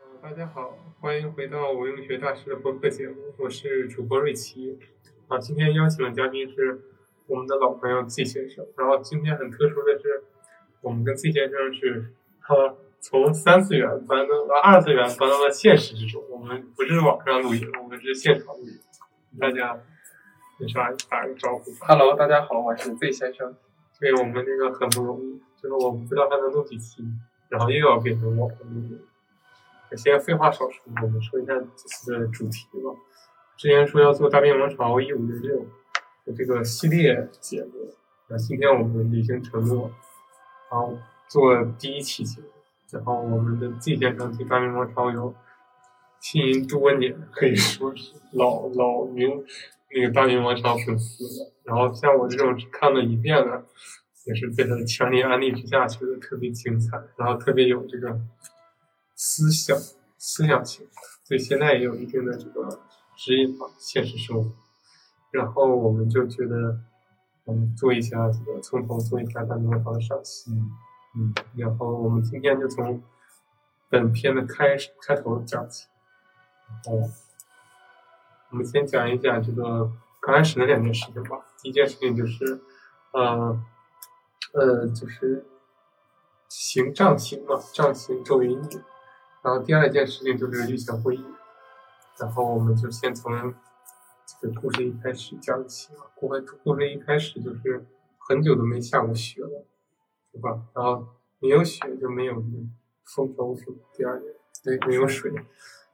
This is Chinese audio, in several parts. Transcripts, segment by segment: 呃大家好，欢迎回到我用学大师的播客节目，我是主播瑞奇。啊，今天邀请的嘉宾是我们的老朋友季先生。然后今天很特殊的是，我们跟季先生是他从三次元搬到了二次元，搬到了现实之中。我们不是网上录音，我们是现场录音。大家，给啥打个招呼吧。 Hello，大家好，我是 Z 先生。对我们这个很不容易，就是我们不知道他能录几期，然后又要变成网红录音。先废话少说，我们说一下这次的主题吧。之前说要做《大变王朝一五六六》的这个系列节目，那今天我们履行承诺，然后做第一期节目。然后我们的季先生对《大变王朝》有经营多年，可以说是老老明那个《大明王朝》粉丝了。然后像我这种只看了一遍的，也是被他的强烈安利之下，觉得特别精彩，然后特别有这个思想思想性，所以现在也有一定的这个指引吧，现实生活。然后我们就觉得，嗯，做一下这个从头做一下《大明王朝》的赏析。嗯，然后我们今天就从本片的开始开头讲起。哦，我们先讲一讲这个刚开始的两件事情吧。第一件事情就是，呃，呃，就是行杖行嘛，杖行周云逸。然后第二件事情就是预想会议。然后我们就先从这个故事一开始讲起啊。故事故事一开始就是很久都没下过雪了，对吧？然后没有雪就没有丰收，是吧第二年对，没有水。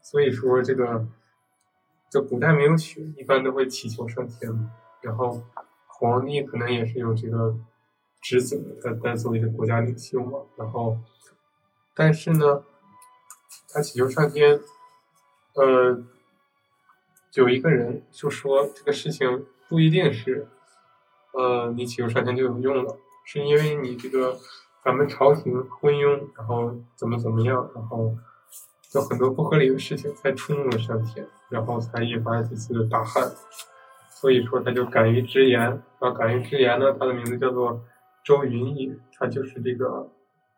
所以说这个，这古代没有雪，一般都会祈求上天嘛。然后皇帝可能也是有这个职责的，他他作为一个国家领袖嘛。然后，但是呢，他祈求上天，呃，有一个人就说这个事情不一定是，呃，你祈求上天就有用了，是因为你这个咱们朝廷昏庸，然后怎么怎么样，然后有很多不合理的事情才触怒了上天，然后才引发这次大旱。所以说，他就敢于直言。然后敢于直言呢，他的名字叫做周云逸，他就是这个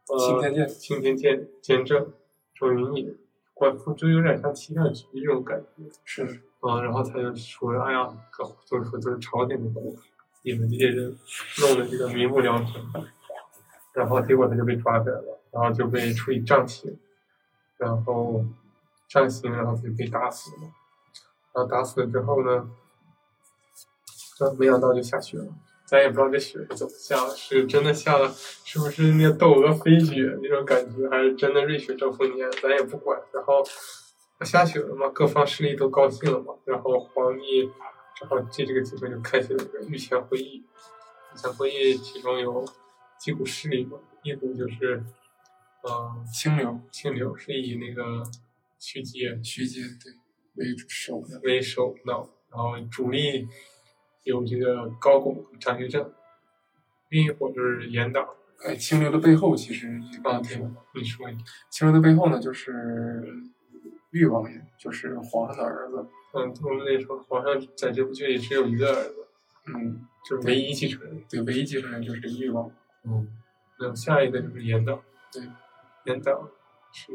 呃钦天监钦天监监正周云逸，官复就有点像七上局这种感觉。是嗯，然后他就说：“哎呀，搞就是说就是朝廷的功劳，你们这些人弄得这个民不聊生。”然后结果他就被抓起来了，然后就被处以杖刑，然后杖刑，然后就被打死了。然后打死了之后呢，呃，没想到就下雪了，咱也不知道这雪是怎么下的，是真的下了，是不是那个窦娥飞雪那种感觉，还是真的瑞雪兆丰年，咱也不管。然后下雪了嘛，各方势力都高兴了嘛，然后皇帝，然后借这个机会就开启了这个御前会议。御前会议其中有几股势力嘛，一股就是，呃，清流清流是以那个徐阶徐阶对为首的，为首脑，然后主力有这个高拱和张学正，另一伙就是严党。哎，清流的背后其实也刚才说，你说一下，清流的背后呢就是裕王爷，就是皇上的儿子，嗯，我们得说，皇上在这部剧里只有一个儿子，嗯，就是唯一继承人。对，唯一继承人就是这个裕王，嗯，那下一个就是严党，对，严党是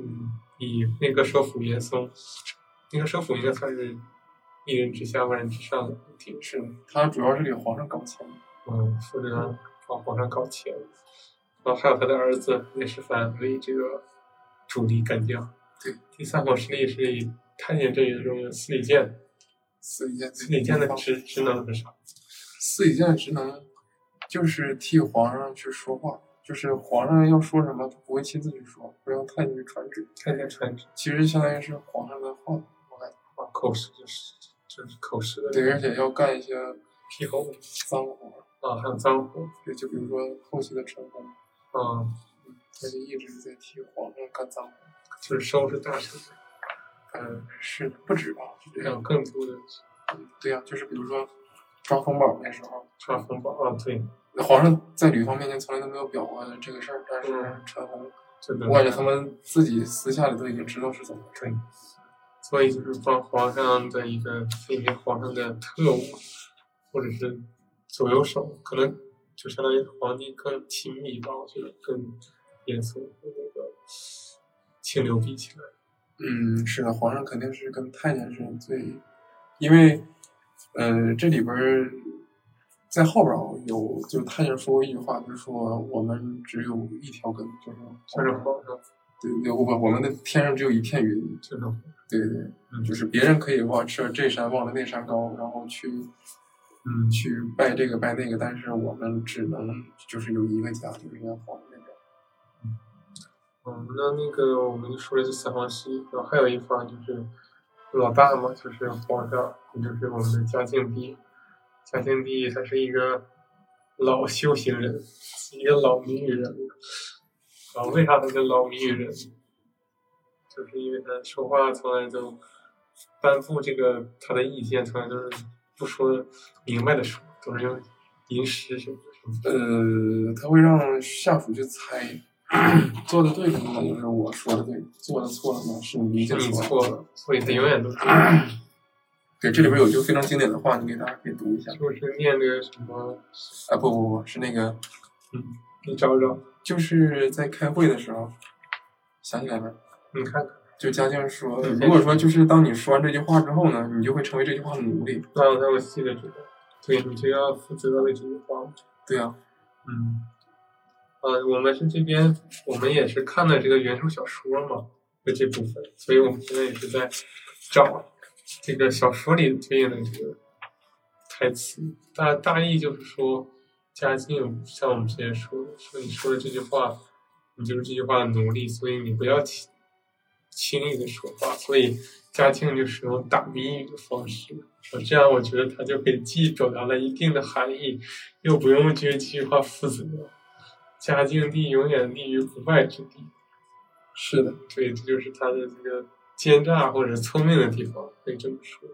以那个首辅严嵩，那个首辅应该算是一人之下万人之上的体制。是他主要是给皇上搞钱，嗯，负责帮皇上搞钱，然后还有他的儿子也是反为这个主力干将。对，第三股势力是以太监阵营中的司礼监，司礼监司礼监的嗯职职能是啥？司礼监的职能就是替皇上去说话，就是皇上要说什么，他不会亲自去说，会让太监去传旨，太监传旨，其实相当于是皇上的话，我感觉。啊，口实就是就是口实的这对，个而且要干一些批后脏活儿，啊，还有脏活对，就比如说后期的成功，啊，他就一直在替皇上干啊脏活儿。就是收拾大臣，嗯，是不止吧？是这还有样。更多的对呀、啊就是比如说抓冯宝那时候，抓风暴啊，对，皇上在吕方面前从来都没有表过这个事儿，但是陈红，这个我感觉他们自己私下里都已经知道是怎么回事儿。所以就是帮皇上的一个一名皇上的特务，或者是左右手，可能就相当于皇帝更亲密吧，我觉得跟严嵩和那个清流比起来，嗯，是的，皇上肯定是跟太监是最，因为，呃，这里边儿在后边儿啊有，就太监说过一句话，就是说我们只有一条根，就是就是皇上，对对，我我们的天上只有一片云，就是对对，嗯就是别人可以望这这山望着那山高，然后去嗯去拜这个拜那个，但是我们只能就是有一个家，就是像皇上那边。嗯，那那个我们说了这三方戏，然后还有一方就是老大嘛，就是皇上，也就是我们的嘉靖帝。嘉靖帝他是一个老修行人，是一个老谜语人。啊，为啥他叫老谜语人？就是因为他说话从来都担负这个他的意见，从来都是不说明白的说，都是用吟诗什么的什么的。呃，他会让下属去猜，做的对了呢，就是我说的对；做的错了呢，是你理解就你错错了，所以他永远都是。对，这里边有一句非常经典的话，你给大家可以读一下。就是念那个什么，啊，不不不，是那个，你找找，就是在开会的时候，想起来没？你看看。就嘉靖说，哎嗯如果说就是当你说完这句话之后呢，你就会成为这句话的奴隶。那那我记得这个，对你就要负责为这句话。对啊，嗯。呃，我们是这边，我们也是看了这个原著小说嘛，就这部分，所以我们现在也是在找这个小说里对应的这个台词。大大意就是说，嘉靖像我们之前说的说你说的这句话，你就是这句话的奴隶，所以你不要轻轻易的说话。所以嘉靖就是用打谜语的方式，呃这样我觉得他就给既表达了一定的含义，又不用对这句话负责。嘉靖帝永远立于不败之地，是的，对，这就是他的这个奸诈或者聪明的地方，可以这么说。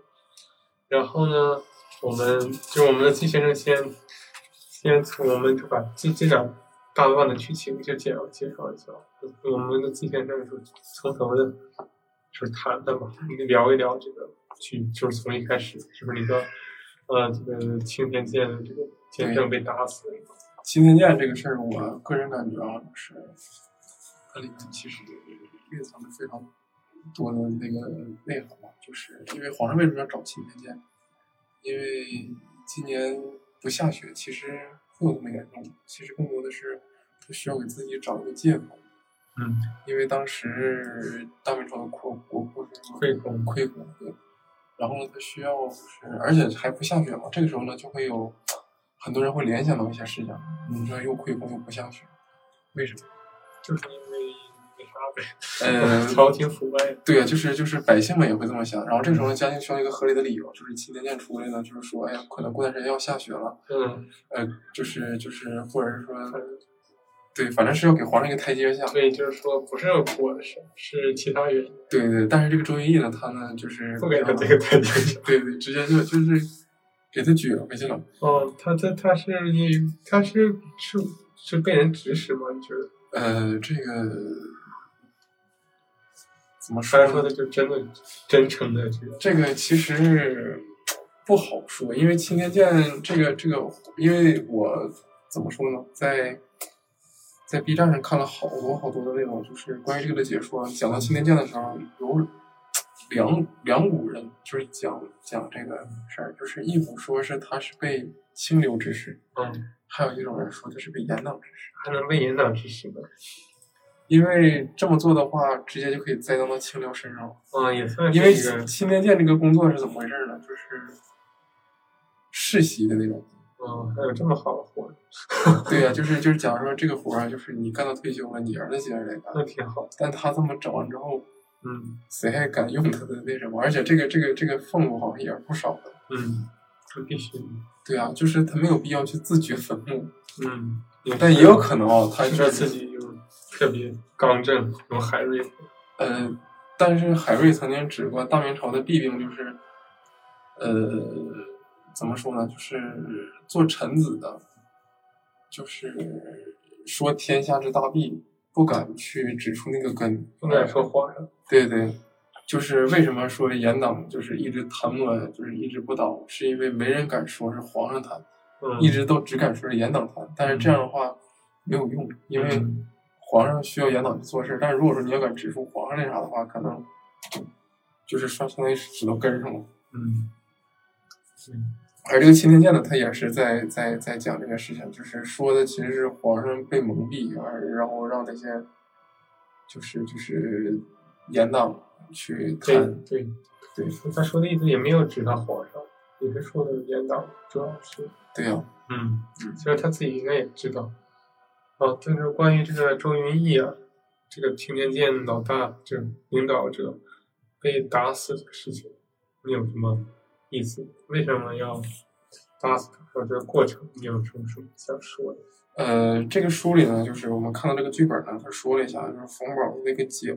然后呢，我们就我们的季先生先先从我们就把这这两大段的剧情就简要介绍一下。我们的季先生就从头的，就是谈谈吧，你聊一聊这个剧，就是从一开始，就是一个呃这个青天剑的这个剑圣被打死，新天剑这个事儿，我个人感觉啊，就是它里面其实蕴藏着非常多的那个内涵吧，就是因为皇上为什么要找新天剑？因为今年不下雪，其实没有那么严重，其实更多的是他需要给自己找一个借口，嗯，因为当时大明朝的国国库是亏空亏空对，然后呢，他需要就是，而且还不下雪嘛，这个时候呢，就会有很多人会联想到一些事情，你说又亏空又不下雪，为什么？就是因为那啥呗， 呃，朝廷腐败。对啊，就是就是百姓们也会这么想，然后这时候呢，嘉靖需要一个合理的理由，就是七天剑出来呢，就是说，哎呀，可能过段时间要下雪了，嗯，呃，就是就是，或者是说，反正对，反正是要给皇上一个台阶下，嗯所以就是说，不是我的事，是其他原因，啊对对，但是这个周云逸呢，他呢就是不给他这个台阶下。对对，直接就就是给他撅回去了。哦，他他他是你，他是是是被人指使吗？你觉得？呃，这个怎么说还是呢说？的就真的真诚的这个？这个其实不好说，因为青天剑这个这个，因为我怎么说呢，在在 B 站上看了好多好多的内容，就是关于这个的解说。啊讲到青天剑的时候，有两两股人就是讲讲这个事儿，就是一股说是他是被清流指使，嗯，还有一种人说他是被严党指使。还能被引导指使吗？因为这么做的话，直接就可以栽赃到清流身上。嗯，也算是因为一个，新天剑这个工作是怎么回事呢？就是世袭的那种。嗯，还有这么好的活，对呀、就是就是，假如说这个活儿啊，就是你干到退休了，你儿子接着来干，那挺好。但他这么整完之后，嗯谁还敢用他的那什么？而且这个这个这个俸禄好像也是不少的。嗯，这必须。对啊，就是他没有必要去自掘坟墓，嗯，但也有可能啊，他能说是自己有特别刚正，有海瑞。呃，但是海瑞曾经指过大明朝的弊病就是，呃，怎么说呢？就是做臣子的，就是说天下之大弊，不敢去指出那个根。不敢说皇上。对对，就是为什么说严党就是一直谈论，就是一直不倒，是因为没人敢说是皇上谈，嗯，一直都只敢说是严党谈。但是这样的话没有用，因为。皇上需要严党去做事，但是如果说你要敢指出皇上那啥的话，可能就是相相当于是指头根上了。嗯，而这个钦天监呢，他也是在在在讲这个事情，就是说的其实是皇上被蒙蔽，而然后让那些就是就是阉党去对贪，对对，他说的意思也没有指他皇上，也是说的阉党，主要是。对呀、嗯嗯，其实他自己应该也知道。啊，但是关于这个周云逸啊，这个青天剑老大，这领导者被打死这个事情，你有什么意思？为什么要打死他？或者这个过程，你有什么什么想说的？呃，这个书里呢，就是我们看到这个剧本呢，他说了一下，就是冯宝的那个脚，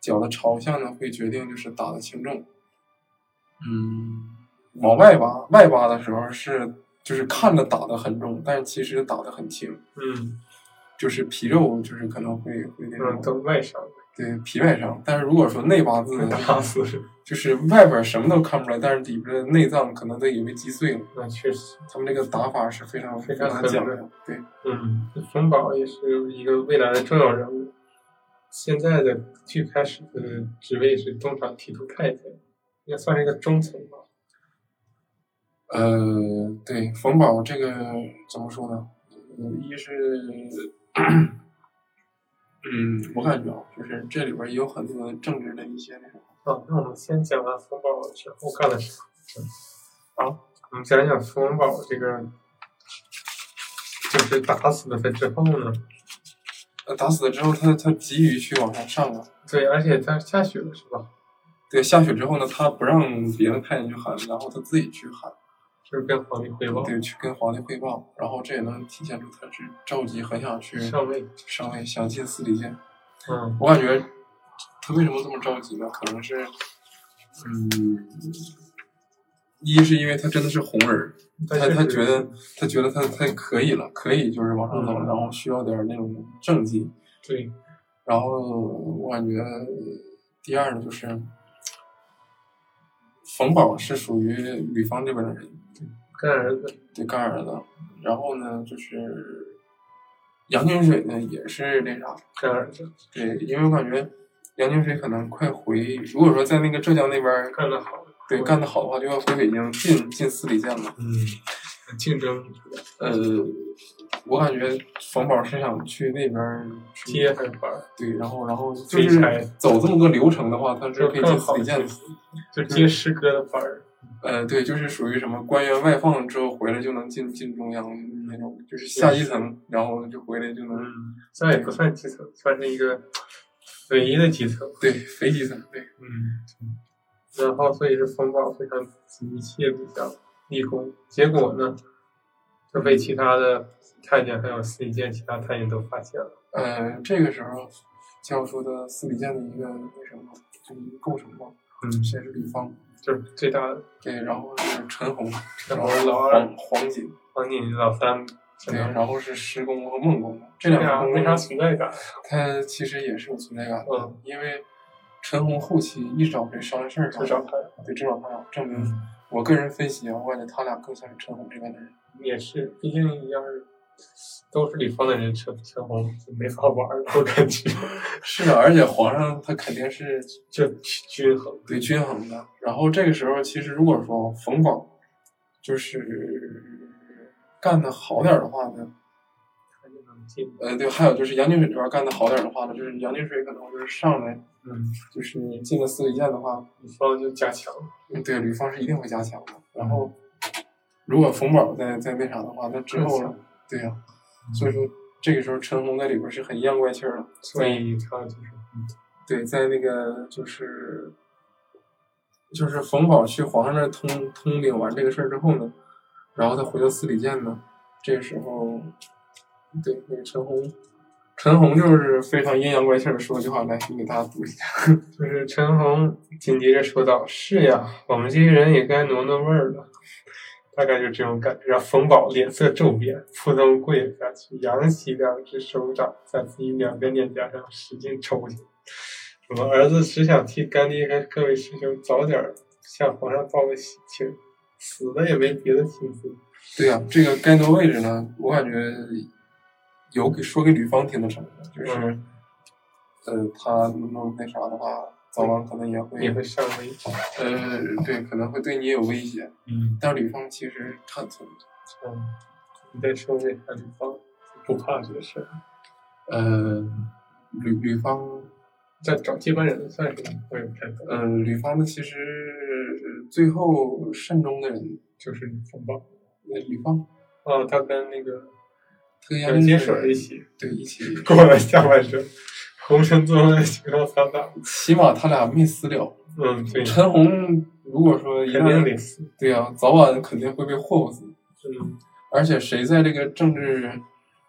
脚的朝向呢，会决定就是打的轻重。嗯，往外挖，外挖的时候是就是看着打的很重，但是其实打的很轻，嗯，就是皮肉就是可能会会那嗯，种等外伤对皮外伤，但是如果说内八字被呢，打死，就是外边什么都看不出来，但是里边的内脏可能都已经被击碎了。那确实，他们这个打法是非常非非常常狠讲的究，对。嗯，冯宝也是一个未来的重要人物。现在的剧开始的职位是东厂提督太监，也算是一个中层吧。呃，对，冯宝这个怎么说呢？呃一是，嗯，我感觉啊，就是这里边也有很多政治的一些那种，啊，那我们先讲完冯宝之后干了啥？啊，我们讲讲冯宝这个，就是打死了他之后呢，呃，打死了之后，他他急于去往上上啊。对，而且他下雪了是吧？对，下雪之后呢，他不让别的太监去喊，然后他自己去喊，就是跟皇帝汇报对，去跟皇帝汇报，然后这也能体现出他是着急，很想去上位，上位，想进司礼监。嗯我感觉他为什么这么着急呢？可能是，嗯，一是因为他真的是红人儿，他但确实他觉得他觉得他他可以了，可以就是往上走，嗯然后需要点儿那种政绩。对，然后我感觉第二呢，就是冯宝是属于吕方这边的人，干儿子，对干儿子。然后呢，就是杨金水呢也是那啥，干儿子对，因为我感觉杨金水可能快回，如果说在那个浙江那边儿干得好，对干得好的话，就要回北京进进司礼监了。嗯，竞争呃，我感觉冯宝是想去那边儿去接还玩儿，对，然后然后就废是柴走这么个流程的话，他是就可以更进司好礼监的。就接师哥的班儿，呃，对，就是属于什么官员外放之后回来就能进进中央那种，就是下基层，然后就回来就能嗯，那也不算基层，算是一个唯一的基层。对肥基层，对嗯，然后所以是冯宝非常急切的想立功，结果呢，就嗯被其他的太监还有司礼监其他太监都发现了。呃，这个时候教授的司礼监的一个那什么，就是一个构成吧。嗯，先是吕方，就是最大的，对，然后是陈红，然然后后老二、黄黄锦，黄锦、老三，嗯对，然后是施公和孟公，这这两俩个没公啥存在感。他其实也是有存在感的嗯，因为陈红后期一直找谁商量事儿上，至少他对，至少他俩证嗯明，我个人分析啊，我感觉他俩更像是陈红这边 的人，也是，毕竟要是都是吕方的人，陈陈红就没法玩儿了，我感觉是啊，而且皇上他肯定是就均衡。对均衡的。然后这个时候，其实如果说冯宝就是干的好点儿的话呢，他就能进，呃，对，还有就是杨金水这边干的好点儿的话呢，就是杨金水可能就是上来嗯，就是你进了司礼监的话，吕方就加强。嗯对吕方是一定会加强的。然后，如果冯宝再再那啥的话，那之后更呢强？对呀、所以说这个时候陈红在里边是很阴阳怪气儿的。所以他就是对，在那个就是就是冯宝去皇上那儿通通禀完这个事儿之后呢，然后他回到司礼监呢，这个时候，对那个陈红，陈红就是非常阴阳怪气儿的说一句话，来你给大家读一下。就是陈红紧接着说道：“是呀，我们这些人也该挪挪味儿了。” 大概就这种感觉。让冯宝脸色骤变，扑通跪下去，扬起两只手掌，在自己两边脸颊上使劲抽去。我们儿子只想替干爹和各位师兄早点向皇上报个喜庆，死了也没别的心思。对呀、这个该挪位置呢，我感觉有给说给吕方听得成的，就是嗯呃，他弄那啥的话，早晚可能也会也会上微信。呃，对，可能会对你有威胁。嗯，但吕方其实他从嗯，你在说这个地方不怕这个事儿，呃，吕吕方在找接班人算是我也不太懂，呃，吕方呢，其实呃最后慎终的人，就是风暴呃，吕方啊，他跟那个特杨杨金金水一起对一起，过了下半生，红尘作伴，情到三大。起码他俩没死了。嗯，对，陈红如果说一肯定旦得死。对呀、早晚肯定会被霍霍死。嗯，而且谁在这个政治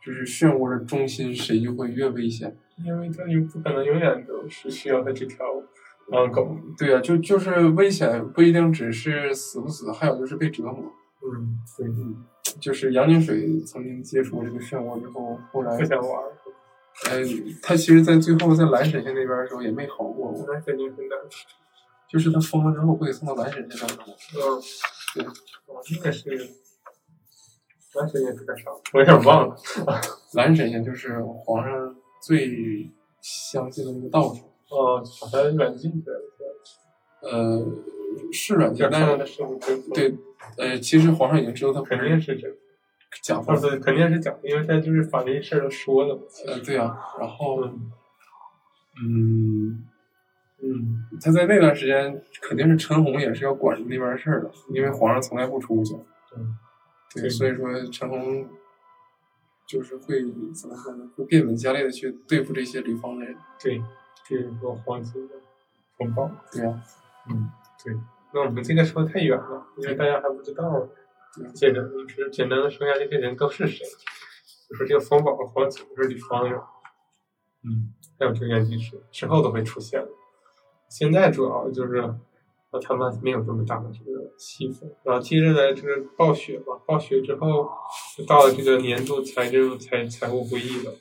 就是漩涡的中心，谁就会越危险。因为他又不可能永远都是需要他这条狼狗。对呀、就就是危险不一定只是死不死，还有就是被折磨。嗯，对，就是杨金水曾经接触这个漩涡之后，后来不想玩儿，呃，他其实，在最后在蓝神仙那边的时候也没好过。我那肯定很难。就是他疯了之后不给送到蓝神仙当中吗？嗯，对哦，那个是，那是也是个啥？我有点忘了。蓝神仙就是皇上最相信的那个道士，哦，把他软禁起来了，是呃，是软吧件，但看是他是不是真疯，对，呃，其实皇上已经知道他不肯定是是真疯。假啊，发，对，肯定是假的，因为他就是把这事儿都说了嘛。呃，对啊，然后嗯嗯，嗯，他在那段时间肯定是陈红也是要管住那边的事儿的，因为皇上从来不出去，对，对所以说陈红就是会怎么说呢？会变本加厉的去对付这些吕方的人，对，这是说黄金的风暴。对啊，嗯，对。那我们这个说太远了，因为大家还不知道这对个，就是简单的说一下这些人都是谁。比如说这个冯宝和黄景，就是李方友，嗯，还有这个袁金石，之后都会出现的。现在主要就是，呃，他们没有这么大的这个戏份。然后接着呢，就是暴雪嘛，暴雪之后就到了这个年度财政财财务会议了，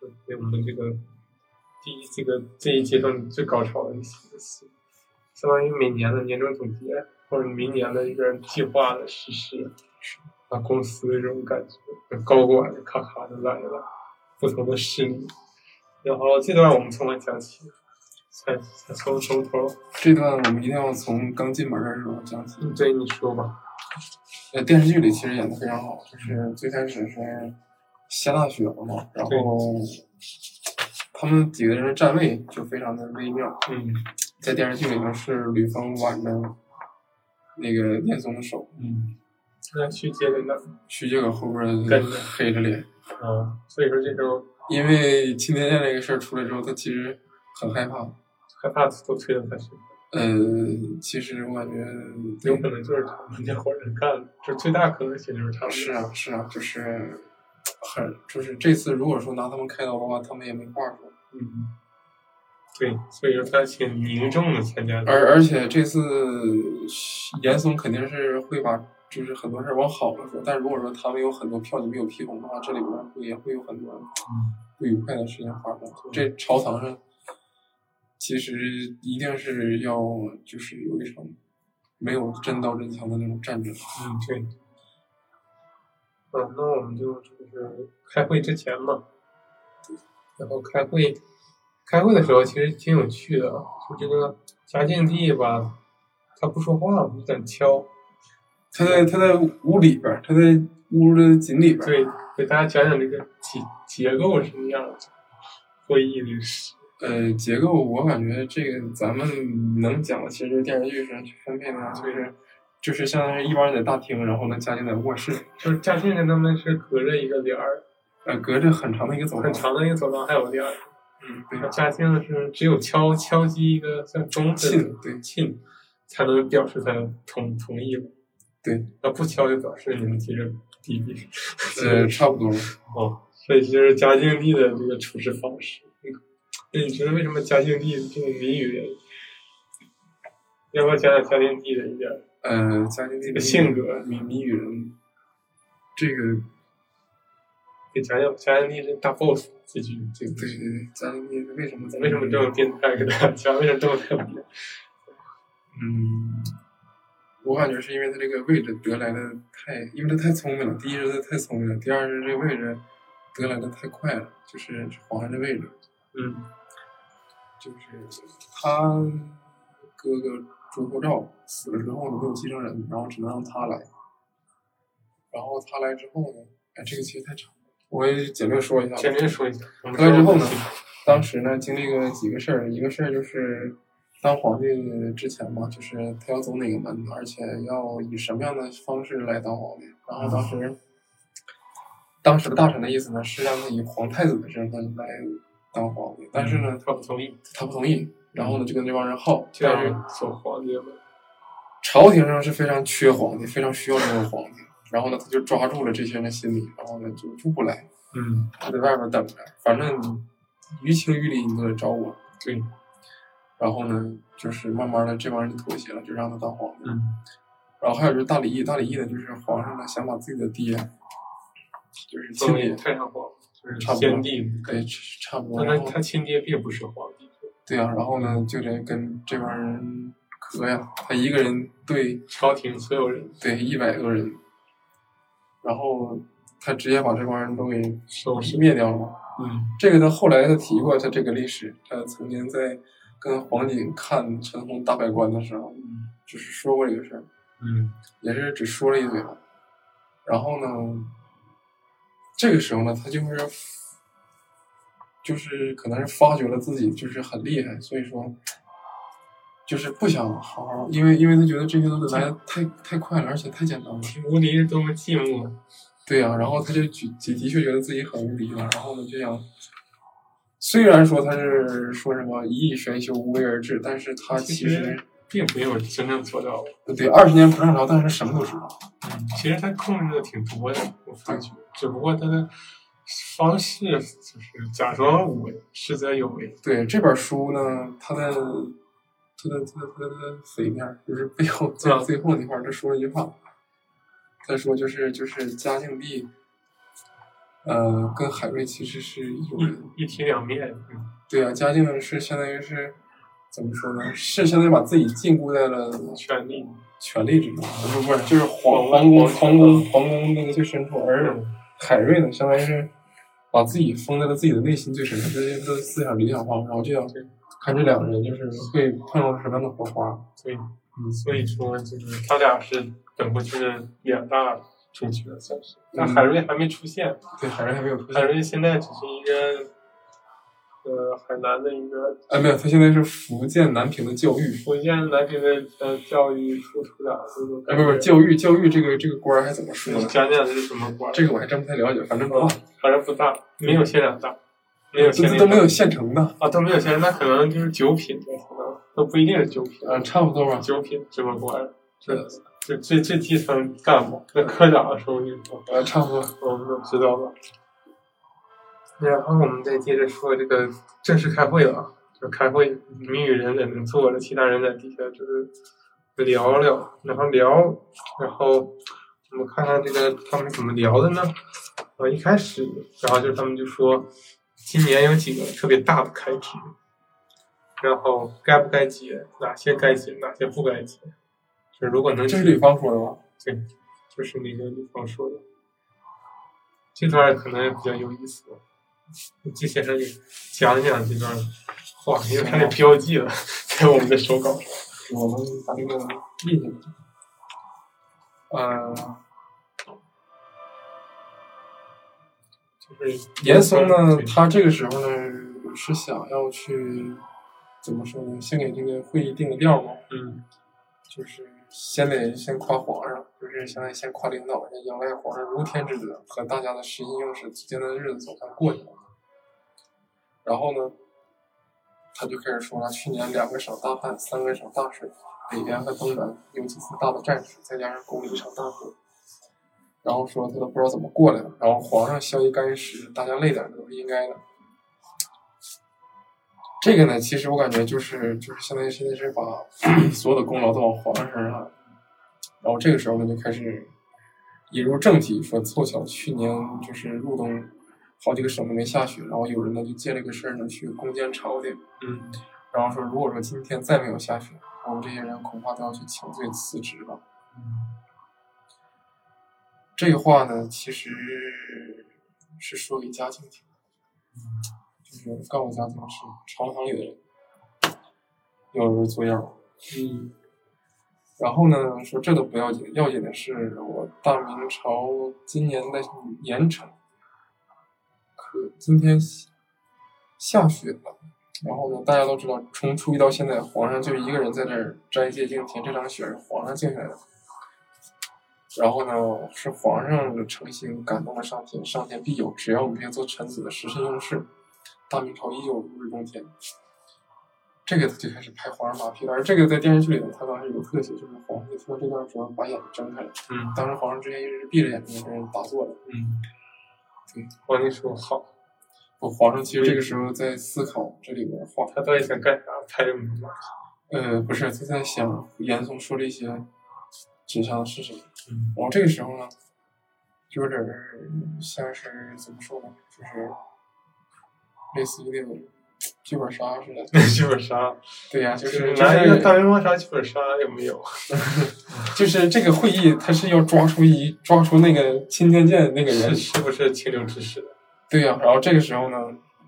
就对我们这个第一这个这一阶段最高潮的一些戏。相当于每年的年终总结或者明年的一个计划的实施，啊，公司这种感觉，嗯高管咔咔就来了，不同的势力，然后这段我们从何讲起？才才从从头，这段我们一定要从刚进门的时候讲起。嗯对你说吧，呃，电视剧里其实演的非常好，就是最开始是下大雪了嘛，然后他们几个人的站位就非常的微妙，嗯在电视剧里面是吕方挽着那个念松的手，嗯，那去接着那徐杰搁后边跟着黑着脸，啊，所以说这时候因为钦天监这个事儿出来之后，他其实很害怕。害怕都推到他身上，呃，其实我感觉有可能就是他们那伙人干的，就最大可能性就是他们是啊是啊，就是很就是这次如果说拿他们开刀的话，他们也没话说。嗯，对，所以说他请凝重的参加，而而且这次严嵩肯定是会把就是很多事儿往好了说，但如果说他们有很多票你没有批红的话，啊这里边儿会也会有很多不愉快的事情发生。这朝堂上其实一定是要就是有一场没有真刀真枪的那种战争。嗯，对。嗯，那我们就就是开会之前嘛，然后开会，开会的时候其实挺有趣的啊，就这个嘉靖帝吧，他不说话，就在那敲，他在他在屋里边儿，他在屋的井里边儿，对，给大家讲讲这个结结构是什么样的，会议历史，呃，结构我感觉这个咱们能讲的，其实电视剧上去分配的，就是就是相当于一般人在大厅，然后呢家庭在卧室，就是嘉靖跟他们是隔着一个帘儿，呃，隔着很长的一个走很廊。长的一个走廊还有帘儿，嗯，对那，嘉靖是只有敲敲击一个像钟似的磬，对磬，才能表示他同同意了。对，那不敲就表示你们接着逼逼。呃，差不多。哦，所以这就是嘉靖帝的这个处事方式。嗯那你觉得为什么嘉靖帝这个谜语人？要不要讲讲嘉靖帝的一点呃，家庭这这个性格？谜谜语人，这个给讲讲嘉靖帝这大 boss 这句这对个对对对，家庭这为什么为什么这么变态？给大家讲为什么这么特别？嗯，我感觉是因为他这个位置得来的太，因为他太聪明了。第一是他太聪明了，第二是这个位置得来的太快了，就是皇上的位置。嗯，就是他哥哥朱厚照死了之后呢，没有继承人，然后只能让他来。然后他来之后呢，哎，这个其实太长了，我也简略说一下吧。简略说一下。我们来之后呢说当时呢，经历过几个事儿，一个事儿就是当皇帝之前嘛，就是他要走哪个门，而且要以什么样的方式来当皇帝。然后当啊时，当时的大臣的意思呢，是让他以皇太子的身份来当皇帝，但是呢，他不同意，他不同意。然后呢，就跟这帮人耗，嗯就但让是人做皇帝嘛。朝廷上是非常缺皇帝，非常需要这种皇帝。然后呢，他就抓住了这些人的心理，然后呢就出不来，嗯，他在外边等着，反正你于情于理你都得找我。对，然后呢，就是慢慢的这帮人就妥协了，就让他当皇帝。嗯然后还有就是大礼义，大礼义呢，就是皇上呢想把自己的爹，就是作亲为爹，太上皇就是差不多嗯先帝，对，差不多。但他然后他亲爹并不是皇帝，对呀、然后呢就得跟这帮人磕呀，他一个人对朝廷所有人对一百个人，然后他直接把这帮人都给收拾。灭掉了。嗯这个他后来他提过他这个历史，他曾经在跟黄景看陈红大百官的时候，就是说过这个事儿。嗯也是只说了一嘴吧。然后呢，这个时候呢，他就是就是可能是发觉了自己就是很厉害，所以说就是不想好好，因为因为他觉得这些都来得太太快了，而且太简单了。无敌是多么寂寞。对呀、然后他就觉的的确觉得自己很无敌了，然后呢就想。虽然说他是说什么一意玄修无为而治，但是他其其实实并没有真正做到。对二十年不上朝，但是什么都知道。嗯其实他控制的挺多的，我发觉，只不过他的方式就是假装无为，实则有为。对这本书呢，它的它的它的它的匪面就是背后最嗯最后那块儿，他说了一句话，他说就是就是嘉靖帝，呃，跟海瑞其实是一种人。一一体两面，嗯对啊，嘉靖是相当于是怎么说呢？是相当于把自己禁锢在了权力。权力之中，不是不是，就是皇皇皇宫宫皇宫皇宫那个最深处，而嗯海瑞呢，相当于是把自己封在了自己的内心最深处，这些都是思想理想化，然后就想看这两个人就是会碰撞出什么样的火花。所以，嗯所以说就是他俩是等过去的两大主角，算是。但嗯海瑞还没出现，对，海瑞还没有出海现，瑞现在只是一个，呃，海南的一个哎，没有，他现在是福建南平的教育，福建南平的呃教育副处长那种哎，感不觉。是不是教育教育这个这个官儿还怎么说呢？讲讲是什么官？这个我还真不太了解，反正不大，反正不大，没有县长大，没有县都令都没大有现成的，啊，都没有县长，那可能就是九品，可能都不一定是九品，啊，差不多吧。九品什么官？这这这这基层干部，那科长说不定呃，差不多，我们都知道吧。然后我们再接着说这个正式开会了啊，就开会，谜语人在那坐着，其他人在底下就是聊聊，然后聊，然后我们看看这个他们怎么聊的呢？啊，一开始，然后就他们就说，今年有几个特别大的开支，然后该不该结，哪些该结，哪些不该结，就是如果能这结是吕方说的吧？对，就是那个女方说的，这段儿可能也比较有意思。季先生给讲一讲这段话，因为他得标记了， 在我们的手稿上。我们把这个印下去。呃，就是严嵩呢，对他这个时候呢是想要去怎么说呢？先给这个会议定个调嘛，嗯就是先得先夸皇上，就是相当于先夸领导，人仰赖皇上如天之德和大家的十一用事之间的日子总算过去了。然后呢，他就开始说了，去年两个省大旱，三个省大水，北边和东南有几次大的战事，再加上宫里一场大火。然后说他都不知道怎么过来的，然后皇上消一干食，大家累点儿都是应该的。这个呢，其实我感觉就是就是相当于现在是把 所有的功劳都往皇上身上了。然后这个时候呢，就开始引入正题，说凑巧去年就是入冬，好几个省都没下雪，然后有人呢就借这个事儿呢去攻坚朝廷，嗯然后说如果说今天再没有下雪，我们这些人恐怕都要去请罪辞职了。这个话呢，其实是说给嘉靖听的，就是告诉嘉靖是朝堂里的人，要是做药。嗯然后呢，说这都不要紧，要紧的是我大明朝今年的盐城，可今天下下雪了。然后呢，大家都知道，从初一到现在，皇上就一个人在这儿斋戒敬天，这场雪是皇上敬下来的。然后呢，是皇上的诚心感动了上天，上天必有，只要我们愿做臣子的实事用事，大明朝依旧如日中天。这个他就开始拍皇上马屁了，而这个在电视剧里头，他当时有特写，就是皇上就通过这段时候把眼睛睁开了。嗯当时皇上之前一直是闭着眼睛跟人打坐的。嗯，对，皇帝嗯说好，不，皇上其实这个时候在思考这里面的话，他到底想干啥？拍这么多马呃，不是他在想严嵩说了一些纸上的事情。嗯然后这个时候呢，就有点儿像是怎么说呢，就是类似于那种剧本杀似的。 剧本杀，对呀、就是是拿一就是个大明王啥剧本杀有没有？就是这个会议，他是要抓出一抓出那个钦天监的那个人是。是不是清流之士的？对呀、然后这个时候呢，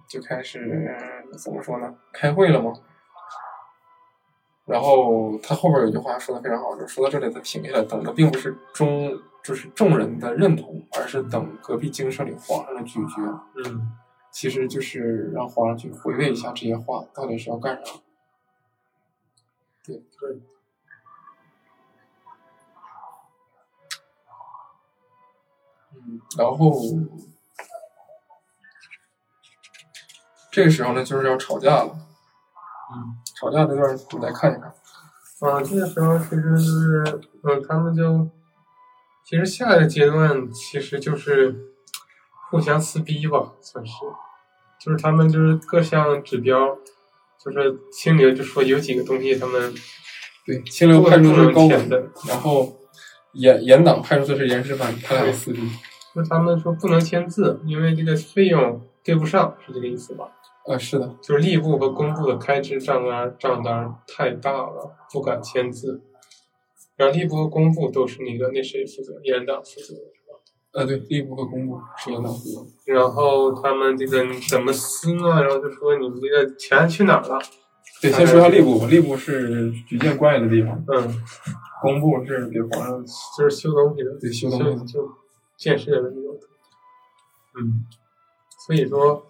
就开始怎么说呢？开会了嘛。然后他后边有句话说的非常好，就说到这里，他停下来，等的并不是中，就是众人的认同，而是等隔壁精舍里皇上的咀嚼。嗯其实就是让皇上去回味一下这些话到底是要干啥。对对。嗯，然后这个时候呢，就是要吵架了。嗯。吵架这段儿你来看一看。啊，这个时候其实就是，嗯，他们就，其实下一个阶段其实就是互相撕逼吧，算是，就是他们就是各项指标，就是清流就说有几个东西他们对，清都流派不出的是能高填拱，的，然后严严党派出的是严世蕃，他俩撕逼。就是他们说不能签字，因为这个费用对不上，是这个意思吧？呃，是的，就是吏部和工部的开支账单账单太大了，不敢签字。然后吏部和工部都是那个那谁负责，严党负责是吧？呃，对，吏部和工部是严党负责。然后他们这个你怎么撕呢？然后就说你们这个钱去哪儿了？对，大先概说一下是吏部吧，吏部是举荐官员的地方，嗯，工部是给皇上就是修东西的，对修东西就就建设的那种。嗯，所以说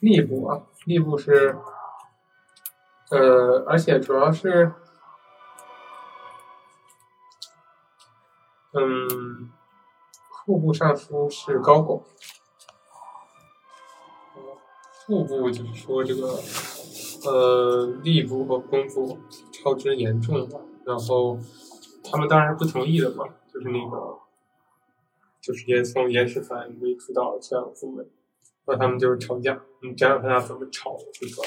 吏部啊，吏部是，呃，而且主要是，嗯，户部尚书是高拱，户部就是说这个，呃，吏部和工部超支严重了，然后他们当然是不同意的嘛，就是那个，就是严嵩、严世蕃为主导的这样的部门，然后他们就是吵架，你讲讲他俩怎么吵的，就说，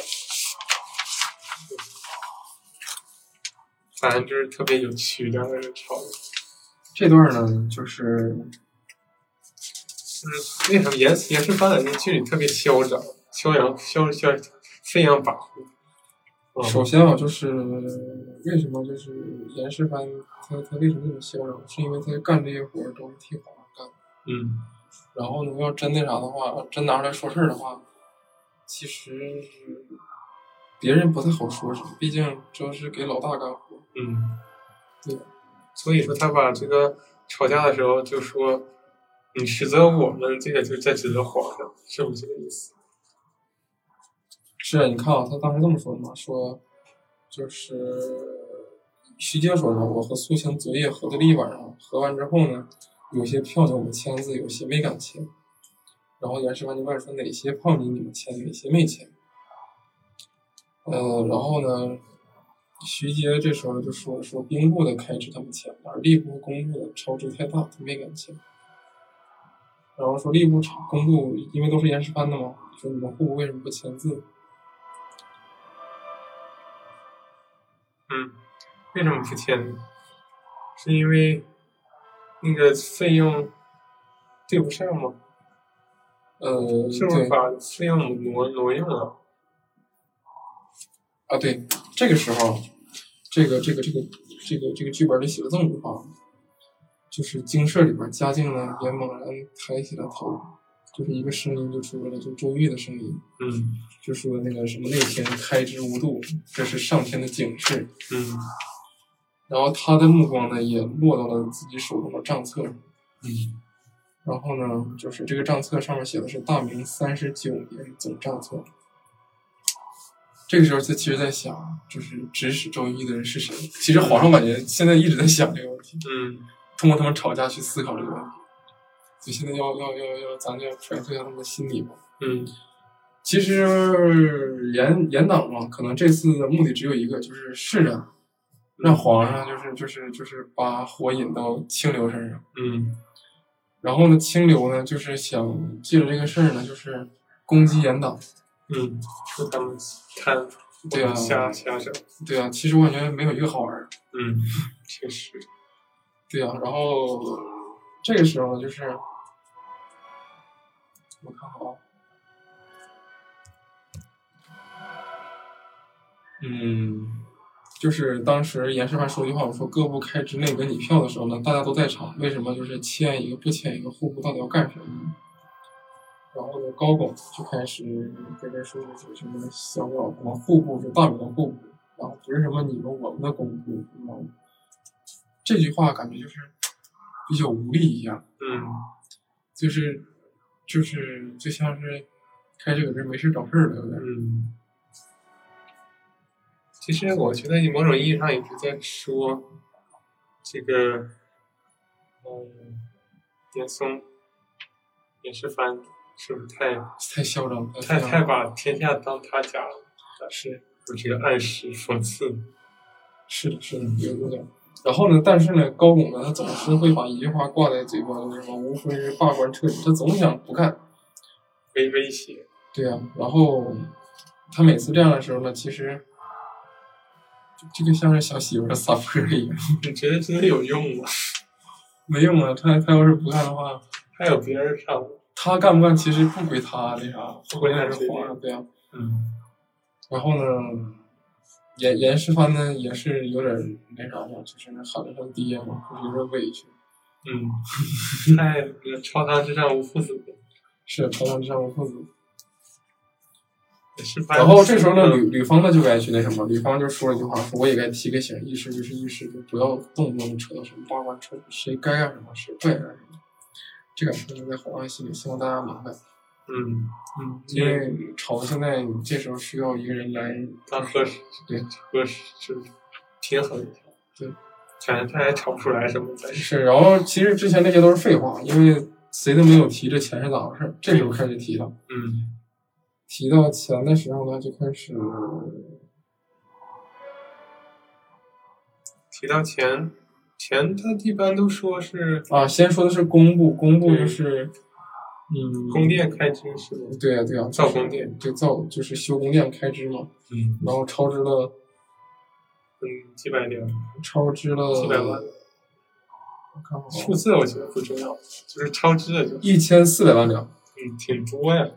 反正就是特别有趣，两个人吵的，这段儿呢，就是嗯就是为什么严严世蕃在那剧里特别嚣张、嚣扬、嚣嚣飞扬跋扈，嗯首先啊，就是为什么就是严世蕃他他为什么那么嚣张，是因为他干这些活儿都是替皇上干的。嗯。然后呢，要真那啥的话，真拿出来说事儿的话，其实别人不太好说什么，毕竟这是给老大干活。嗯，对。所以说，他把这个吵架的时候就说：“你指责我们，这个就在指责皇上，是不是这个意思是啊，你看啊，他当时这么说的嘛，说就是徐阶说的，我和苏秦昨夜合作了一晚上，合完之后呢，有些票呢我们签字，有些没敢签，然后严世蕃就问说哪些票你你们签，哪些没签，呃，然后呢，徐阶这时候就说说兵部的开支他们签了，而吏部和工部的超支太大，他没敢签。然后说吏部工部因为都是严世蕃的嘛，说你们户部为什么不签字？？”嗯，为什么不签？是因为那个费用对不上吗？呃，是不是对把费用挪挪用了？啊，对，这个时候，这个这个这个这个这个剧本里写了这么句话，就是经社里边嘉靖呢也猛然抬起了头，就是一个声音就出来了，就周易的声音，嗯就说那个什么那天开枝无度，这是上天的警示。嗯然后他的目光呢也落到了自己手中的账册上，嗯然后呢，就是这个账册上面写的是大明三十九年总账册。这个时候他其实在想，就是指使周易的人是谁？其实皇上感觉现在一直在想这个问题，嗯通过他们吵架去思考这个问题。所以现在要要要要，咱就要揣测一下他们的心理嘛。嗯其实严严党嘛，可能这次的目的只有一个，就是试着让皇上就是就是就是把火引到清流身上。嗯然后呢，清流呢就是想借着这个事儿呢，就是攻击严党。嗯，说他们贪对啊瞎瞎整，对啊，其实我感觉没有一个好玩儿。嗯，确实，对啊，然后这个时候呢，就是我看好，啊嗯，就是当时严世蕃说句话，我说各部开支内阁拟票的时候呢，大家都在场，为什么就是签一个不签一个，户部到底要干什么呢？然后呢，高拱就开始跟人说说什么小老什么户部是大明的户部，然后不是什么你们我们的公部，什么这句话感觉就是比较无力一样，嗯就是就是就像是开始搁这没事找事儿了，有点。嗯。其实我觉得你某种意义上也是在说，这个，嗯，严嵩也是反，是不是太太嚣张了，太嚣太张了把天下当他家了？但是有这个暗示讽刺，是的，是的，有有点。然后呢，但是呢，高拱呢，他总是会把一句话挂在嘴巴里，什么无非是罢官彻底，他总想不干。威威胁， 对呀、然后他每次这样的时候呢，其实就这个像是小媳妇儿的 撒泼一样，你觉得真的有用吗？没用啊。他他要是不干的话，还有别人上，他干不干其实不归他那啥，不归那不归是他皇上，对呀、嗯然后呢，严严世蕃呢也是有点那啥嘛，就是喊了声爹嘛，就是有点委屈。嗯，太朝堂之上无父子，是朝堂之上无父子。也是反。然后这时候呢，吕吕方呢就该去那什么，吕方就说了一句话，说我也该提个醒，议事就是议事，就不要动不动扯到什么八卦扯，谁该干什么谁不该干什么。这感受就在皇上心里，希望大家明白。嗯，嗯，因为朝现在这时候需要一个人来当和事对和事就是平衡一下，对，感觉他还吵不出来什么但是是，然后其实之前那些都是废话，因为谁都没有提这钱是咋回事儿，这时候开始提了。嗯提到钱的时候呢，就开始提到钱，钱他一般都说是啊，先说的是工部，工部就是嗯，宫殿开支是吗？对啊呀、对呀、造宫殿，对造就是修宫殿开支嘛，嗯然后超支了，嗯，几百两超支了几百万，我看看啊数字我觉得不重要，就是超支了就一千四百万两，嗯，挺多呀。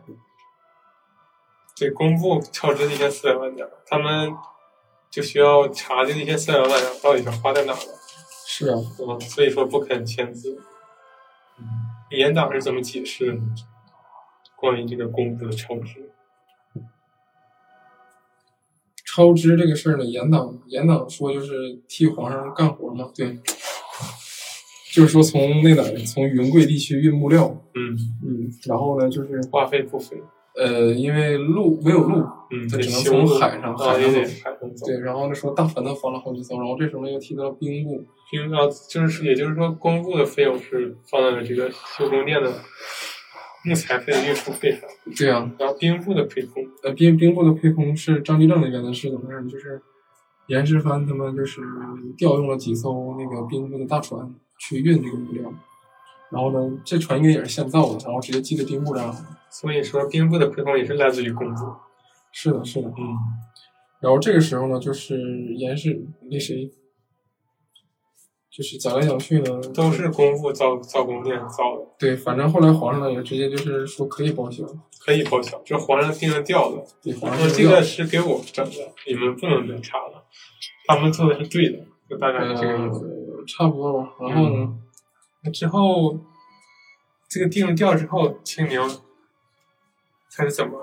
对，公布超支一千四百万点儿，他们就需要查这一千四百万点儿到底是花在哪了。是啊，嗯，所以说不肯签字。严党是怎么解释的呢关于这个公布的超支？超支这个事儿呢，严党严党说就是替皇上干活嘛，对，就是说从那哪儿从云贵地区运木料，嗯，嗯，然后呢就是话费不菲。呃，因为路没有路，嗯，这得只能修从路海上啊，海也上得走海上走。对，然后呢说大船都翻了好几艘，然后这时候呢又提到了兵部，平常啊就是，也就是说，公布的费用是放在了这个修宫殿的木材费、运输费上，对啊，然后兵部的赔空。呃，兵兵部的亏空是张居正那边的是怎么回事？就是严世蕃他们就是调用了几艘那个兵部的大船去运这个木料，然后呢，这船应该也是现造的，然后直接寄到兵部这儿了。所以说，兵部的亏空也是来自于工嗯作。是的，是的。嗯然后这个时候呢，就是严世那谁，就是讲来讲去呢，都是功夫造造宫殿造的，对，反正后来皇上呢也直接就是说可以报销，可以报销。这皇上定的调的，对，皇上说就哦这要个是给我整的，你们不能再查了。他们做的是对的，就大概是嗯这个意思。嗯呃差不多吧。然后呢，之后，这个定了调之后，清明他是怎么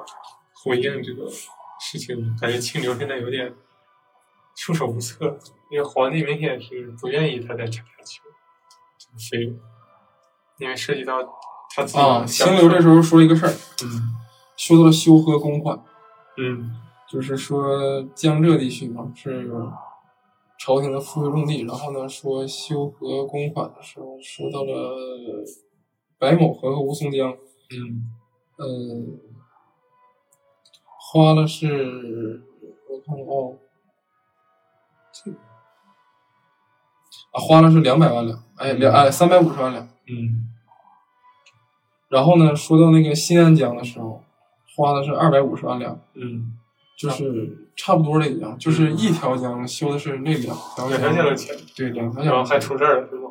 回应这个事情的？感觉清流现在有点束手无策，因为皇帝明显是不愿意他再查下去，所以因为涉及到他自己啊，的清享流受这时候说了一个事儿，嗯说到了修和公款，嗯就是说江浙地区嘛是朝廷的赋税重地，然后呢说修和公款的时候说到了白某河和吴淞江，嗯呃，花了是，我看看哦，这啊花了是两百万两，哎两哎三百五十万两。嗯然后呢，说到那个新安江的时候，花的是二百五十万两，嗯，就是差不多这一样，就是一条江修的是那两条两条线的江，钱，对两条然后江还出事儿了是吗？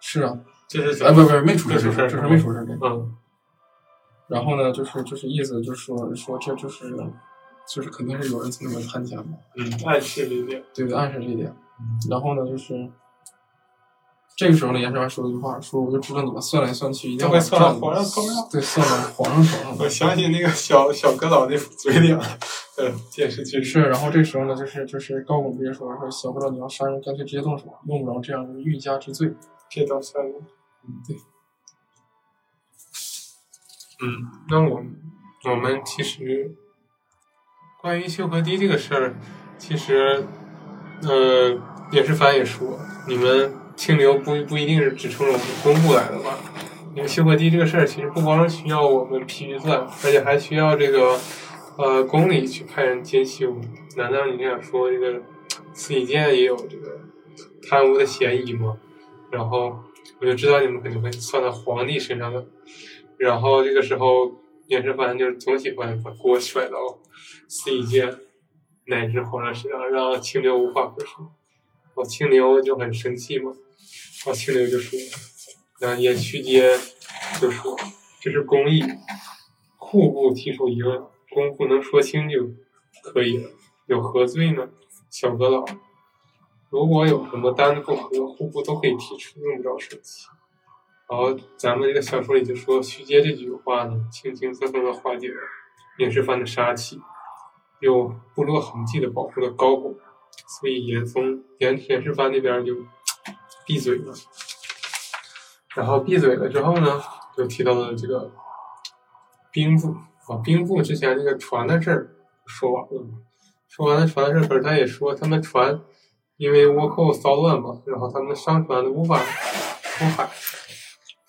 是啊，这是怎哎么？不不没出这事是事儿，儿这是没出事儿。对嗯然后呢，就是就是意思就是说说这就是就是肯定是有人从里面贪钱嘛。嗯，暗示了一点，对，暗示这一点嗯。然后呢，就是这个时候呢，严世蕃说了一句话，说我就知道你们算来算去，一定要都快把算到账皇上头上对，算到皇上手上了。我想起那个小小阁老那副嘴脸，呃，电视剧于是，然后这时候呢，就是就是高拱直接说说，小不着你要杀人，干脆直接动手，用不着这样欲加之罪。这倒算了。嗯，对，嗯，那我我们其实关于修河堤这个事儿，其实呃，也是凡也说，你们清流不不一定是只冲着我们公布来的吧？因为修河堤这个事儿，其实不光需要我们批预算，而且还需要这个呃宫里去派人监修。难道你这样说，这个司礼监也有这个贪污的嫌疑吗？然后我就知道你们肯定会算到皇帝身上的。然后这个时候，严世蕃就是总喜欢把锅甩到司礼监乃至皇上身上，让清流无话可说。我清流就很生气嘛，我清流就说，那也去接就说这是公义，户部提出疑问，公不能说清就可以了，有何罪呢？小阁老，如果有什么单不合，户部都可以提出，用不着生气。然后咱们这个小说里就说，徐阶这句话呢，轻轻松松的化解了严世蕃的杀气，又不露痕迹的保护了高拱，所以严嵩严严世蕃那边就闭嘴了。然后闭嘴了之后呢，就提到了这个兵部啊，兵部之前那个船的事儿说完了嘛，说完了船的事儿，可是他也说他们船因为倭寇骚乱嘛，然后他们商船无法出海，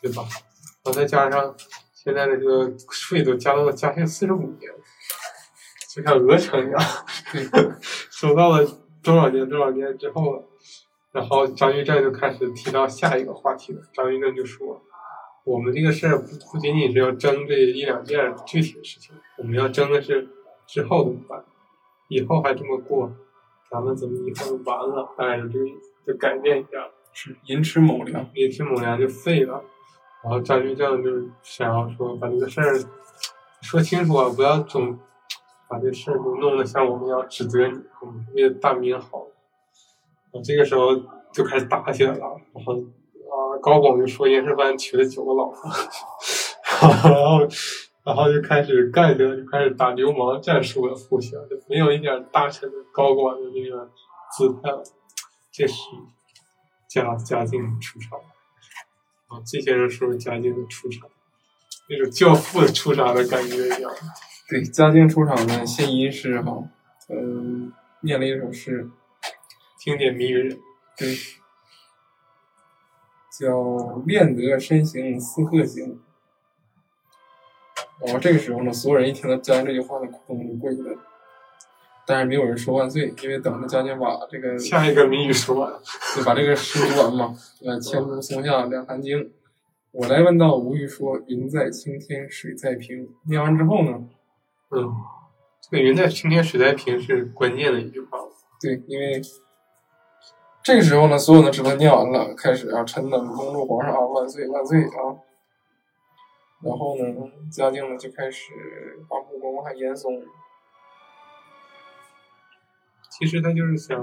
对吧？然后再加上现在的这个税都加到了嘉庆四十五年，就像鹅城一样，收到了多少年多少年之后了。然后张居正就开始提到下一个话题了。张居正就说：“我们这个事儿不不仅仅是要争这一两件具体的事情，我们要争的是之后怎么办，以后还这么过，咱们怎么以后就完了？哎，就就改变一下。”是寅吃卯粮。也听母粮就废了。然后张居正就是想要说把这个事儿说清楚啊，不要总把这事儿就弄得像我们要指责你，我们为了大明好。啊，这个时候就开始打起来了。然后啊，高拱就说严世蕃娶了九个老婆，然后然后就开始干起来，就开始打流氓战术了，互相就没有一点大臣的高管的那个姿态了。这时，嘉嘉靖出场，啊，这些人说嘉靖的出场，那种教父的出场的感觉一样。对，嘉靖出场呢，献吟诗哈，嗯、念了一首诗，经典谜语人，对，叫练得身形似鹤形。然后这个时候呢，所有人一听到嘉靖这句话呢，咕咚就跪下来了，但是没有人说万岁，因为等着嘉靖把这个下一个谜语说完了。就把这个诗读完嘛，呃，千书松下两寒经。我来问道，吴玉说：“云在青天，水在瓶。”念完之后呢，嗯，这个“云在青天水在瓶”是关键的一句话。对，因为这个时候呢，所有人都知道念完了，开始啊，臣等恭祝皇上啊，万岁万岁啊。然后呢，嘉靖呢就开始把目光看严嵩，其实他就是想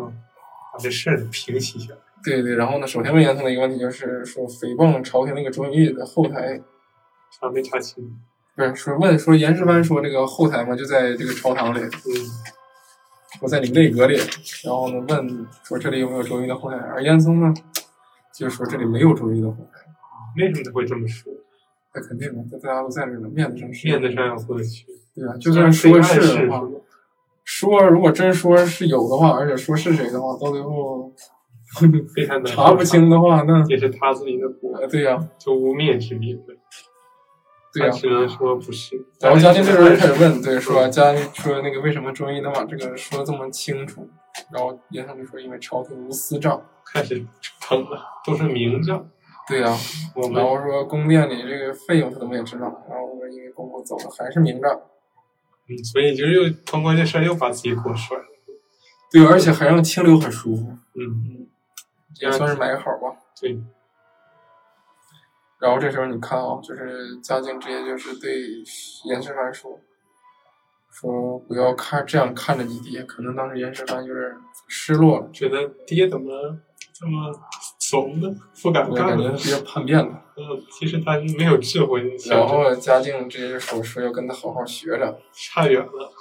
把这事儿平息一下。对对，然后呢，首先问严嵩的一个问题就是说，诽谤朝廷那个卓永义的后台查没查清？对，说问说严世蕃说这个后台嘛就在这个朝堂里，嗯，说在你们内阁里，然后呢问说这里有没有周瑜的后台，而严嵩呢就说这里没有周瑜的后台，为什么他会这么说？那肯定嘛，这大家都在这呢，面子上是面子上要过得去，对啊，就算说是是的话，说如果真说是有的话，而且说是谁的话，到最后非常难查不，清的话，那也是他自己的锅，呃对呀、就污蔑之意呗。对呀、啊他只能说不是。然后嘉靖这时候就开始问，对，说嘉靖说那个为什么中医能把这个说得这么清楚？然后严嵩就说因为朝廷无私账。开始成了，都是名将。对呀、我们然后说宫殿里这个费用他都没有知道，然后说因为公公走了还是明账。嗯所以就是又通过这事儿又把自己给我摔了。对，而且还让清流很舒服，嗯，也算是买个好吧。对，然后这时候你看啊，就是嘉靖直接就是对严世蕃说，说不要看这样看着你爹，可能当时严世蕃有点失落了，觉得爹怎么这么怂呢？不敢我干感觉了。爹叛变了。嗯，其实他是没有智慧的，想然着后嘉靖直接就说说要跟他好好学着。差远了。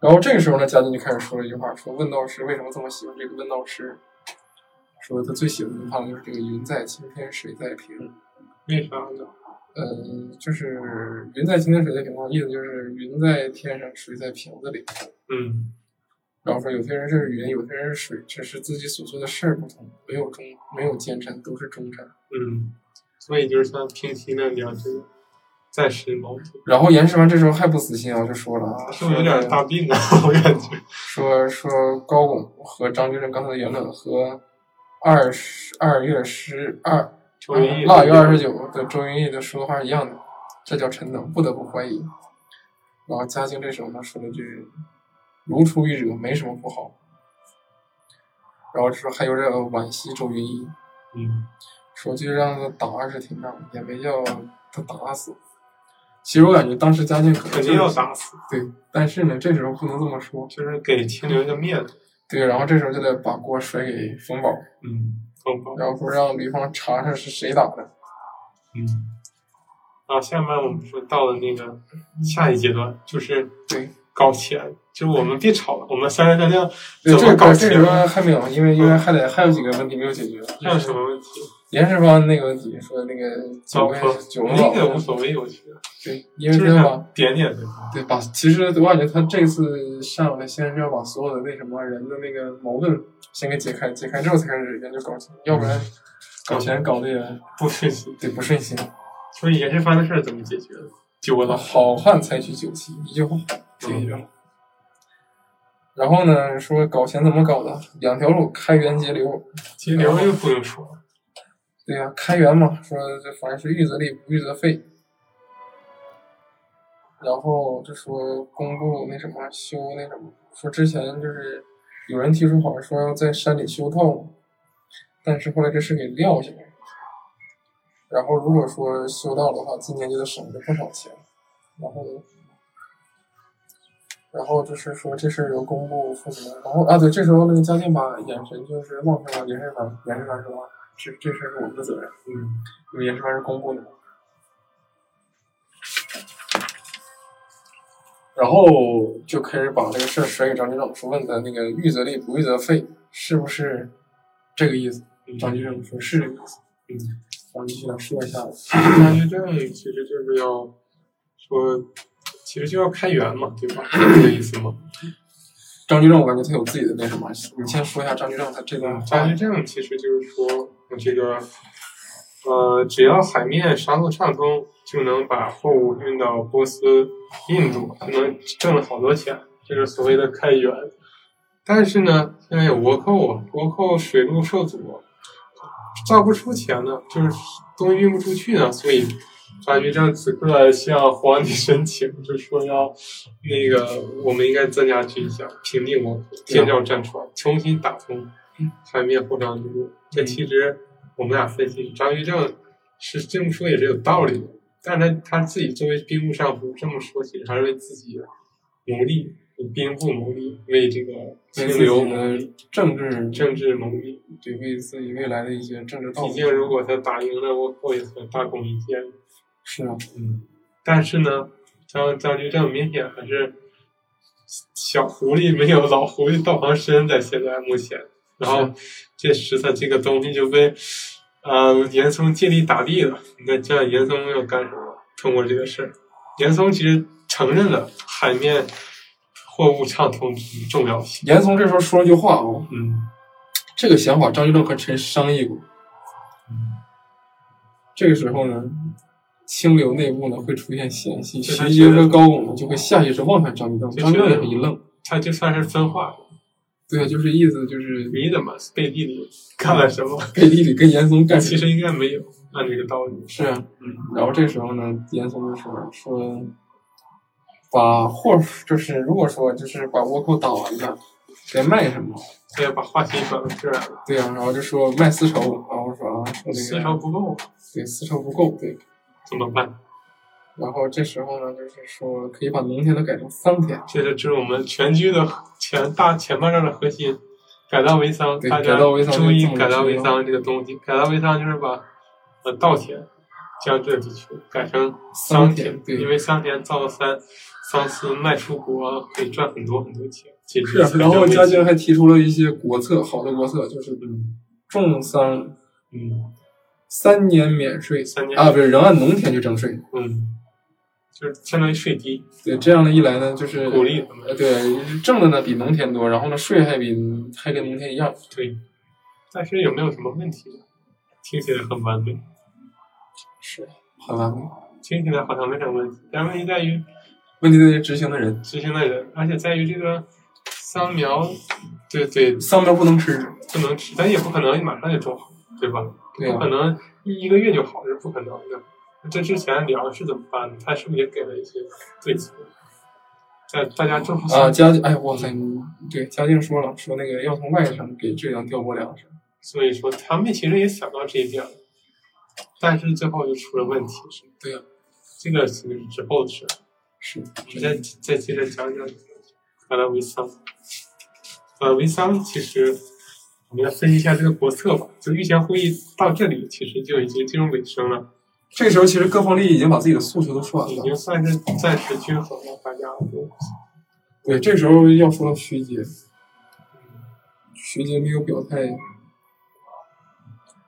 然后这个时候呢，嘉靖就开始说了一句话，说问道师为什么这么喜欢这个问道师？说他最喜欢的地方就是这个云在青天水在平，为啥呢？呃，就是云在青天水在平嘛，意思就是云在天上，水在瓶子里。嗯然后说有些人是云，有些人是水，只是自己所做的事儿不同，没有忠，没有奸臣，都是忠臣。嗯，所以就是他平息了两只暂时矛盾。然后严世蕃这时候还不死心啊，就说了啊，是不是有点大病啊？ 我感觉。说说高拱和张居正刚才的言论和二十二月十二嗯周云逸腊月二十九的周云逸的说话一样的，这叫臣等不得不怀疑。然后嘉靖这时候呢说了句“如出一辙，没什么不好”，然后说还有点惋惜周云逸，嗯，说就让他打二十廷杖，也没叫他打死。其实我感觉当时嘉靖可能肯就定是要打死，对，但是呢，这时候不能这么说，就是给清流一个面子。对，然后这时候就得把锅甩给冯宝，嗯，好吧。然后说让吕方查查是谁打的。嗯，然后下面我们说到了那个下一阶段，就是对，搞钱，就是我们别吵了，我们三三三六对，怎这么个搞嗯这钱时？候还没有，因为因为还得还有几个问题没有解决。还有什么问题？严世蕃那个问题说那个九老个婆九个那个无老，所谓，我觉得对，因就为是他把想点点的。对把，其实我感觉他这次上来先是要把所有的那什么人的那个矛盾先给解开，解开之后才开始研究搞钱，要不然搞钱搞的也不顺心。对不顺心。所以严世蕃的事儿怎么解决的？九个老婆，好汉采取酒席，一句话解决了。然后呢，说搞钱怎么搞的？两条路，开源节流。金流又不用说了。对呀、开源嘛，说这凡是欲则立，不欲则废。然后就说公布那什么修那什么，说之前就是有人提出好像说要在山里修道，但是后来这事给撂下了。然后如果说修道的话，今年就得省着不少钱。然后，然后就是说这事儿由工部负责。然后啊，对，这时候那个嘉靖把眼神就是望向了严世蕃，严世蕃说：“这这事儿是我们的责任。”嗯，因为严世蕃是公布的。然后就开始把这个事儿甩给张居正，说问他那个“欲则立，不欲则废”是不是这个意思？嗯张居正说是这个意思。嗯，我们继续来说一下张居正其实就是要说，其实就要开源嘛，对吧？是这个意思吗？张居正，我感觉他有自己的那什么。你先说一下张居正他这段话张居。正其实就是说，这个，呃，只要海面商路畅通，就能把货物运到波斯、印度，就能挣了好多钱，这就是所谓的开源。但是呢，现在有倭寇啊，倭寇水路受阻，造不出钱呢，就是东西运不出去呢，所以张居正此刻向皇帝申请，就说要那个我们应该增加军饷，平定倭寇，建造战船，重新打通海面后张之路。这其嗯实我们俩分析，张居正是这么说也是有道理的，但是他他自己作为兵部尚书这么说，其实还是为自己谋利，为兵部谋利，为这个为清自己流谋利的。政治，政治谋利。对为自己未来的一些政治道毕路，竟如果他打赢了倭寇，也算大功一件。是啊，嗯，但是呢，当当局这么明显还是小狐狸没有老狐狸道行深，在现在目前，然后这时它这个东西就被呃严嵩借力打力了。你看，这样严嵩要干什么？通过这个事儿，严嵩其实承认了海面货物畅通重要性。严嵩这时候说了句话哦，嗯，这个想法张居正和臣商议过。嗯这个时候呢，清流内部呢会出现嫌隙，就徐他阶觉得和高拱呢就会下意识望向张居正，就张居正觉也得是一愣。他就算是分化了。对啊，就是意思就是你怎么背地里干了什 么？背地里跟严嵩干其什么？实应该没有，按这个道理。是啊，嗯，然后这时候呢，严嵩就说说，把货就是如果说就是把倭寇打完了，该卖什么？他也把话题转到这儿来了，对啊，然后就说卖丝绸，然后说啊，说丝那绸个不够对丝绸不够，对。怎么办？然后这时候呢，就是说可以把农田都改成桑田，这就这是我们全军的前大前半段的核心，改造为桑，对大家改造为桑注意这么改造为重桑这个东西。改造为桑就是把呃稻田、江浙地区改成桑桑田对因为桑田造了桑，桑丝卖出国可以赚很多很多钱，解是决啊。 然后嘉家靖还提出了一些国策，好的国策就是嗯种桑嗯三年免税三年啊，不是仍按农田去征税。嗯，就是相当于税低，对，这样的一来呢，就是鼓励他们。呃，对，挣的呢比农田多，然后呢税还比还跟农田一样。对，但是有没有什么问题呢？听起来很完美，是，很完美。听起来好像没什么问题，但问题在于问题在于执行的人，执行的人，而且在于这个桑苗，对对，桑苗不能吃。不能吃，咱也不可能马上就种好，对吧？对不啊可，能一一个月就好，这是不可能的。那这之前粮食怎么办呢？他是不是也给了一些对策？在大家种出啊，桑，嘉靖，哎，哇塞，你对，嘉靖说了，说那个要从外省给浙江调拨粮食。所以说他们其实也想到这一点了，但是最后就出了问题，是对啊呀、这个其实是之后的事儿。是，我们再再接着讲讲法拉维桑。呃，维桑其实我们来分析一下这个国策吧。就御前会议到这里，其实就已经进入尾声了，这个时候其实各方利益已经把自己的诉求都说完已了。经算是暂时均衡了。大家都对，这时候要说到徐阶，徐阶没有表态，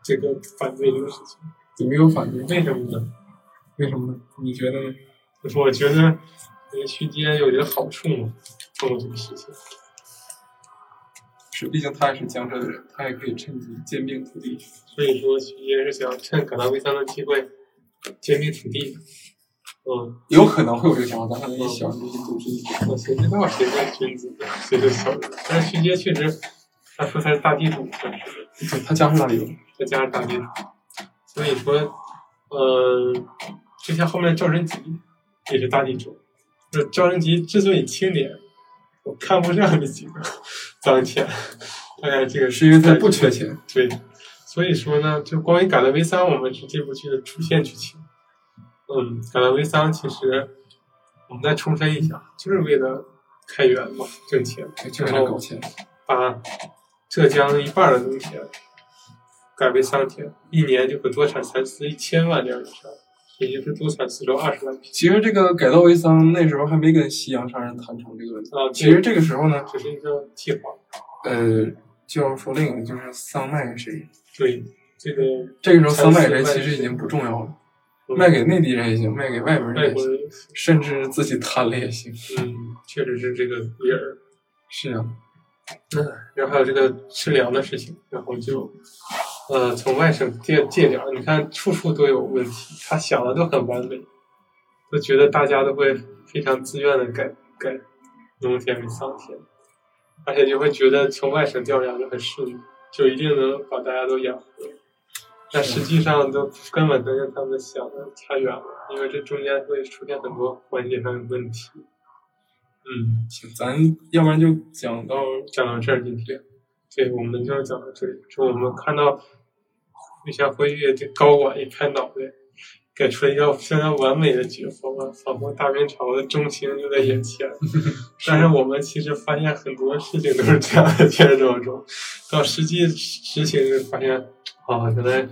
这个反对这个事情，也没有反对，为什么呢？为什么呢？你觉得呢？就是我觉得，呃，续接有点好处嘛，通过这个事情。是，毕竟他也是江浙的人，他也可以趁机兼并土地。所以说，徐阶是想趁改造卫桑的机会，兼并土地。嗯，有可能会有这个想法，但他一想就是组织。我谁知道谁是君子，谁是小人？但是徐阶确实，他说他是大地主，对，他家是哪里人？再加上大地主，所以说，呃，就像后面赵贞吉也是大地主。那赵贞吉之所以清廉，我看不上这几个当前，大概这个是因为他不缺钱。对，所以说呢，就关于《改了维桑》，我们是这部剧的主线剧情。嗯，《改了维桑》其实我们再重申一下，就是为了开源嘛，挣钱，对，就是他搞钱。把浙江的一半的农田改为桑田，一年就可多产蚕丝一千万两以上，也就是多产丝绸二十万匹。其实这个改造为桑那时候还没跟西洋商人谈成这个问题。啊，其实这个时候呢，只是一个计划。呃，就要说另一个，就是桑卖给谁？对，这个这个时候桑卖给谁其实已经不重要了，嗯卖给内地人也行，卖给外国人外也国行，人，甚至自己贪了也行。嗯，确实是这个理儿。是啊，嗯，然后还有这个吃粮的事情，然后就，呃，从外省借借粮，你看处处都有问题，他想的都很完美，都觉得大家都会非常自愿的改改农田为桑田，而且就会觉得从外省调粮就很顺利，就一定能把大家都养活。但实际上都根本都跟他们想的差远了，因为这中间会出现很多环节上的问题。嗯。行，咱要不然就讲到讲到这儿，今天，对，我们就讲到这里。就我们看到玉霞辉月这高管一拍脑袋，给出了一个相当完美的解方案，仿佛大明朝的中兴就在眼前。但是我们其实发现很多事情都是这样的，现实生活中，到实际哦实行就发现，啊，原来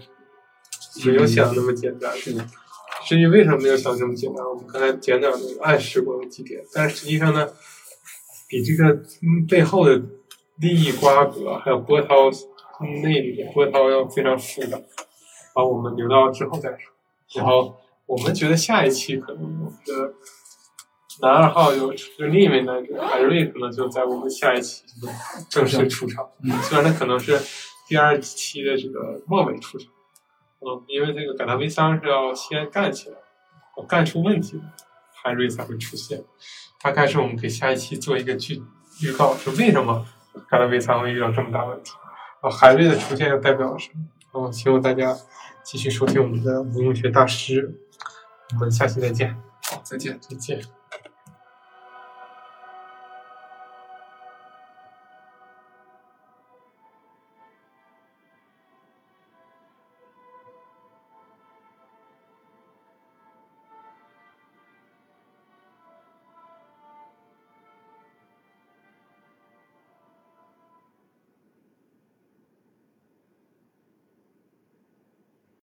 没有想的那么简单。是的，至于为什么没有想这么简单，我们刚才简短的暗示过了几点，但实际上呢，比这个嗯背后的利益瓜葛还有波涛嗯内里的波涛要非常复杂，把我们留到之后再说。然后我们觉得下一期可能我们的男二号就就另一位男主海瑞可能就在我们下一期就正式出场，嗯虽然他可能是第二期的这个末尾出场。嗯，因为这个改达微商是要先干起来，呃干出问题了，海瑞才会出现。大概是我们给下一期做一个剧预告，是为什么改达微商会遇到这么大问题？啊，海瑞的出现又代表了什么？嗯，希望大家继续收听我们的无用学大师，我们下期再见，好，再见。再见。